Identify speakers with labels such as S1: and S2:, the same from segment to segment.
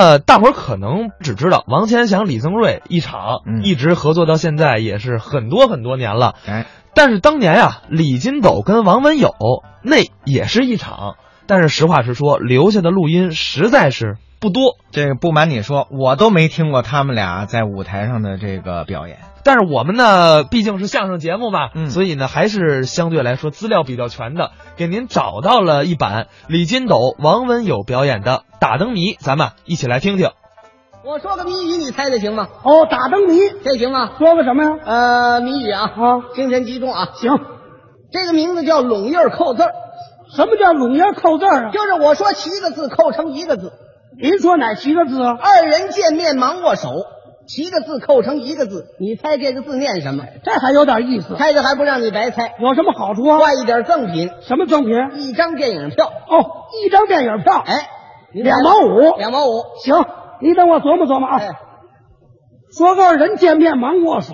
S1: 呃，大伙儿可能只知道王千祥、李增瑞一场，
S2: 嗯
S1: 一直合作到现在也是很多很多年了。
S2: 哎，
S1: 但是当年啊，李金斗跟王文友那也是一场，但是实话实说，留下的录音实在是不多。
S2: 这个不瞒你说，我都没听过他们俩在舞台上的这个表演。
S1: 但是我们呢，毕竟是相声节目嘛，
S2: 嗯
S1: 所以呢，还是相对来说资料比较全的，给您找到了一版李金斗、王文友表演的《打灯谜》，咱们啊一起来听听。
S3: 我说个谜语，你猜猜行吗？
S4: 哦，打灯谜，
S3: 这行吗？
S4: 说个什么呀？
S3: 呃，谜语啊，
S4: 啊
S3: 精神集中啊。
S4: 行，
S3: 这个名字叫拢印儿扣字儿，
S4: 什么叫拢爷扣字儿啊？
S3: 就是我说七个字扣成一个字，
S4: 您说哪七个字啊？
S3: 二人见面忙握手，七个字扣成一个字，你猜这个字念什么？
S4: 这还有点意思，
S3: 猜的还不让你白猜，
S4: 有什么好处啊？
S3: 换一点赠品，
S4: 什么赠品？
S3: 一张电影票。
S4: 哦，一张电影票，
S3: 哎，你猜
S4: 两毛五。
S3: 两毛五。
S4: 行，你等我琢磨琢磨
S3: 哎
S4: 啊。，说个人见面忙握手，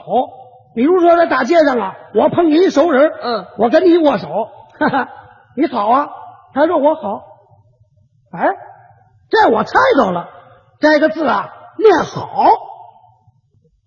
S4: 比如说在大街上啊，我碰见一熟人，
S3: 嗯，
S4: 我跟你握手，哈哈，你好啊，他说我好，哎，这我猜着了，这个字啊念好，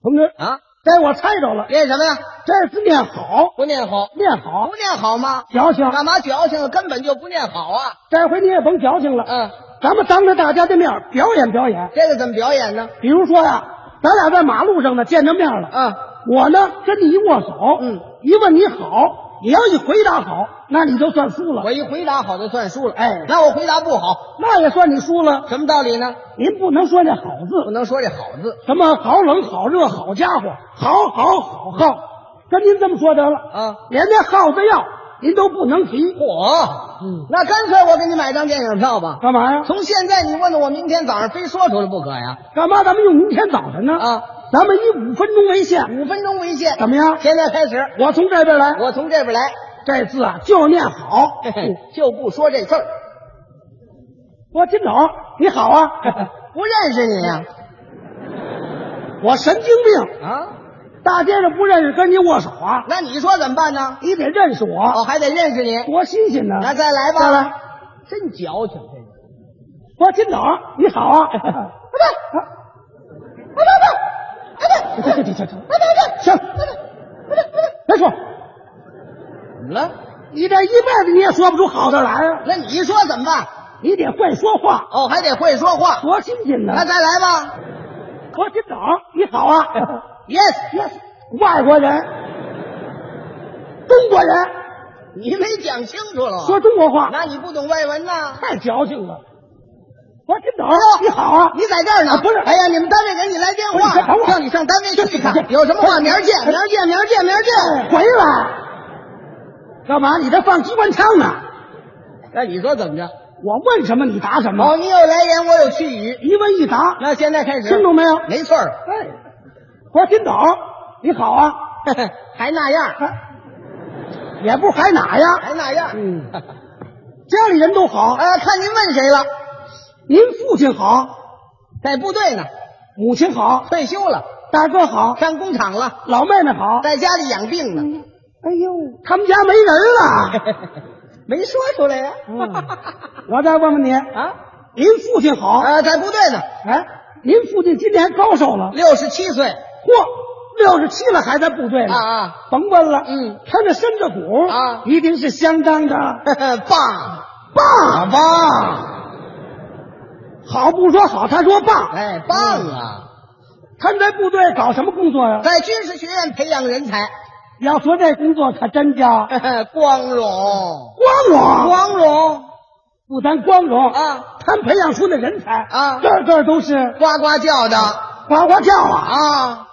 S4: 同志
S3: 啊，
S4: 这我猜着了，
S3: 念什么呀？
S4: 这是念好，
S3: 不念好，
S4: 念好
S3: 不，念好吗？
S4: 矫情。
S3: 干嘛矫情啊？根本就不念好啊！
S4: 这回你也甭矫情了，
S3: 嗯，
S4: 咱们当着大家的面儿表演表演。
S3: 这个怎么表演呢？
S4: 比如说呀，咱俩在马路上呢见着面了，
S3: 啊，
S4: 我呢跟你一握手，
S3: 嗯，
S4: 一问你好，你要一回答好，那你就算输了
S3: 我，一回答好就算输了。
S4: 哎
S3: 那我回答不好，
S4: 那也算你输了。
S3: 什么道理呢？
S4: 您不能说那好
S3: 不
S4: 字，
S3: 能说这好字
S4: 什么好冷好热好家伙，好好好好，跟您这么说得了，
S3: 啊。
S4: 连那耗子药您都不能提，
S3: 嚯，那干脆我给你买张电影票吧。
S4: 干嘛呀？
S3: 从现在你问的，我明天早上非说出来不可呀？
S4: 干嘛咱们用明天早晨呢？
S3: 啊，
S4: 咱们以五分钟为限，
S3: 五分钟为限，
S4: 怎么样？
S3: 现在开始，
S4: 我从这边来，
S3: 我从这边来，
S4: 这字啊就念好。
S3: 嘿嘿就不说这字儿，
S4: 我金斗，你 好啊！
S3: 不认识你呀？
S4: 我神经病，
S3: 啊，
S4: 大街上不认识跟你握手啊，
S3: 那你说怎么办呢？
S4: 你得认识
S3: 我
S4: 我，
S3: 还得认识你，
S4: 多新鲜呢！
S3: 那再来吧。
S4: 再来，
S3: 真矫情，这个
S4: 我金斗，你好 啊！不对，不对，不对，不对，行，别说，
S3: 怎么了？
S4: 你这一辈子你也说不出好字来啊！
S3: 那你说怎么办？
S4: 你得会说话，
S3: 哦，还得会说话。
S4: 多新鲜呢！
S3: 那再来吧。
S4: 我金斗，你 好啊！
S3: Yes，
S4: yes，外国人，中国人
S3: 你没讲清楚了。
S4: 说中国话
S3: 哦那你不懂外文呐？
S4: 太矫情了。我金斗
S3: 哦，
S4: 你好啊！
S3: 你在这儿呢？
S4: 啊不是
S3: 哎呀，你们单位给你来电
S4: 不是
S3: 话
S4: 你先
S3: 了，
S4: 等会儿
S3: 让你上单位去一
S4: 这
S3: 看，
S4: 这
S3: 有什么话
S4: 这
S3: 明儿见，明儿见，明儿见，明儿见。
S4: 回来，干嘛？你这放机关枪呢？
S3: 那哎你说怎么着？
S4: 我问什么你答什
S3: 哦，
S4: 么，
S3: 你有来言，我有去语。
S4: 一问一答，
S3: 那现在开始，
S4: 听懂没有？
S3: 没错儿，
S4: 哎，我金斗，你好啊，
S3: 还那样，哎
S4: 哎也不还哪呀？
S3: 还那样。
S4: 嗯，家里人都好，
S3: 呃，看您问谁了，
S4: 您父亲好，
S3: 在部队呢，
S4: 母亲好，
S3: 退休了，
S4: 大哥好，
S3: 上工厂了，
S4: 老妹妹好。
S3: 在家里养病呢，
S4: 哎呦，他们家没人 了。
S3: 没说出来呀。
S4: 嗯我再问问 你，
S3: 啊，
S4: 您父亲好？
S3: 呃，在部队呢，
S4: 哎，您父亲今年高寿了？
S3: 六十七岁
S4: 嚯，六十七了还在部队呢。
S3: 啊啊。
S4: 甭问了，
S3: 嗯，
S4: 他那身子骨
S3: 啊
S4: 一定是相当的
S3: 爸啊
S4: 棒。
S3: 棒，
S4: 好不说好，他说棒。
S3: 哎，棒啊！
S4: 他们在部队搞什么工作呀、
S3: 在军事学院培养人才，
S4: 要说这工作可真叫
S3: 光荣，
S4: 光荣，
S3: 哎光荣，
S4: 不但光荣
S3: 啊，
S4: 他们培养出的人才
S3: 啊
S4: 个个都是
S3: 呱呱叫的
S4: 呱呱叫啊。
S3: 啊！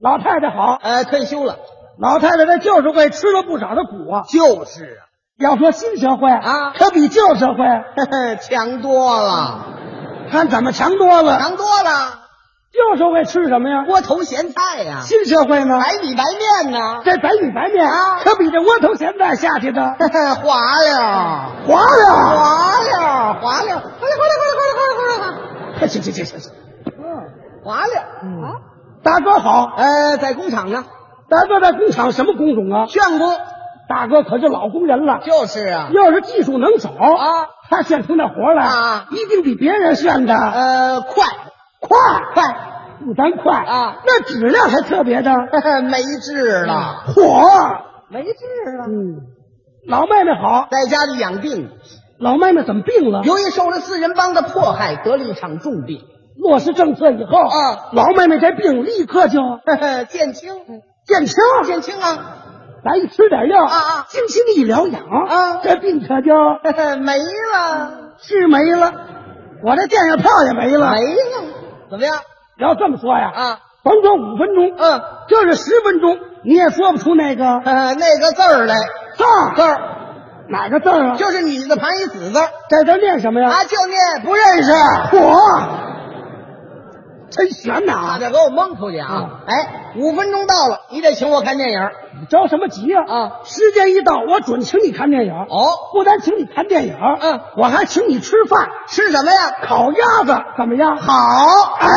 S4: 老太太好，
S3: 呃，退休了，
S4: 老太太她就是会吃了不少的苦啊。
S3: 就是
S4: 要说新社会
S3: 啊
S4: 可比旧社会
S3: 啊， 强多了，
S4: 看怎么强多了。
S3: 强多了，
S4: 旧社会吃什么呀？
S3: 窝头咸菜呀，
S4: 新社会呢？
S3: 白米白面呢，
S4: 这白米白面
S3: 啊哎
S4: 可比这窝头咸菜下去的
S3: 滑溜，
S4: 滑
S3: 滑
S4: 了。
S3: 溜，滑溜，滑溜，滑溜，滑溜，滑溜，滑溜，
S4: 哎行行行行行，
S3: 滑溜啊！
S4: 大哥好，
S3: 呃，在工厂呢，
S4: 大哥在工厂什么工种啊？
S3: 炫工，
S4: 大哥可是老工人了，
S3: 就是啊，
S4: 又是技术能手啊
S3: 啊，
S4: 他炫出那活来，
S3: 啊
S4: 一定比别人炫的、
S3: 呃，快
S4: 快，
S3: 快，
S4: 不单快
S3: 啊
S4: 那质量还特别的
S3: 没治了，
S4: 火。
S3: 没治了，
S4: 嗯，老妹妹好，
S3: 在家里养病，
S4: 老妹妹怎么病了？
S3: 由于受了四人帮的迫害，得了一场重病，
S4: 落实政策以后，
S3: 啊
S4: 老妹妹这病立刻就
S3: 减轻，
S4: 减轻，
S3: 减轻啊，
S4: 咱一吃点药
S3: 啊啊
S4: 轻轻一疗养
S3: 啊
S4: 这病可就
S3: 没了，
S4: 是没了，我这电影票也没了。
S3: 没了，怎么样
S4: 要这么说呀，
S3: 啊？
S4: 甭说五分钟，
S3: 嗯，
S4: 就是十分钟，你也说不出那个
S3: 呃那个字儿来，
S4: 字儿
S3: 字儿
S4: 哪个字儿啊？
S3: 啊就是女字旁一子字儿，
S4: 在这念什么呀？
S3: 啊，就念不认识。
S4: 火，
S3: 啊
S4: 真悬
S3: 差
S4: 呐！
S3: 点给我蒙出去啊！哎，五分钟到了，你得请我看电影。
S4: 你着什么急呀？
S3: 啊
S4: 时间一到，我准请你看电影。
S3: 哦，
S4: 不单请你看电影，
S3: 嗯，
S4: 我还请你吃饭，
S3: 吃什么呀？
S4: 烤鸭子怎么样？好，
S3: 好，
S4: 哎，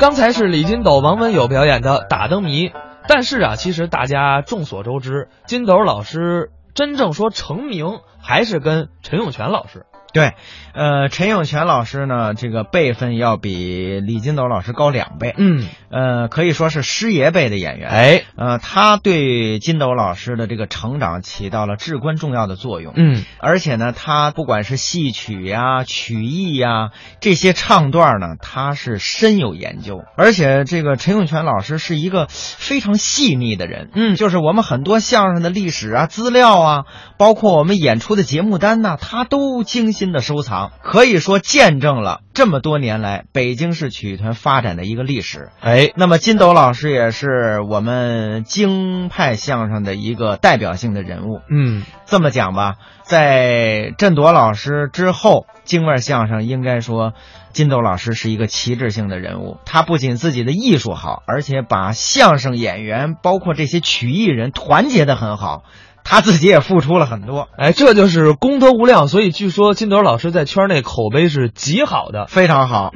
S1: 刚才是李金斗、王文友表演的《打灯谜》，但是啊，其实大家众所周知，金斗老师真正说成名还是跟陈永泉老师。
S2: 对，呃，陈永泉老师呢，这个辈分要比李金斗老师高两倍，
S1: 嗯，
S2: 呃，可以说是师爷辈的演员。
S1: 哎，
S2: 呃，他对金斗老师的这个成长起到了至关重要的作用。
S1: 嗯，
S2: 而且呢，他不管是戏曲呀、曲艺呀这些唱段呢，他是深有研究。而且这个陈永泉老师是一个非常细腻的人，
S1: 嗯
S2: 就是我们很多相声的历史啊、资料啊，包括我们演出的节目单呐、他都精心的收藏，可以说见证了这么多年来北京市曲艺团发展的一个历史。
S1: 哎，
S2: 那么金斗老师也是我们京派相声的一个代表性的人物。
S1: 嗯，
S2: 这么讲吧，在振铎老师之后，京味儿相声应该说，金斗老师是一个旗帜性的人物。他不仅自己的艺术好，而且把相声演员，包括这些曲艺人团结的很好。他自己也付出了很多，
S1: 哎，这就是功德无量，所以据说金斗老师在圈内口碑是极好的。
S2: 非常好。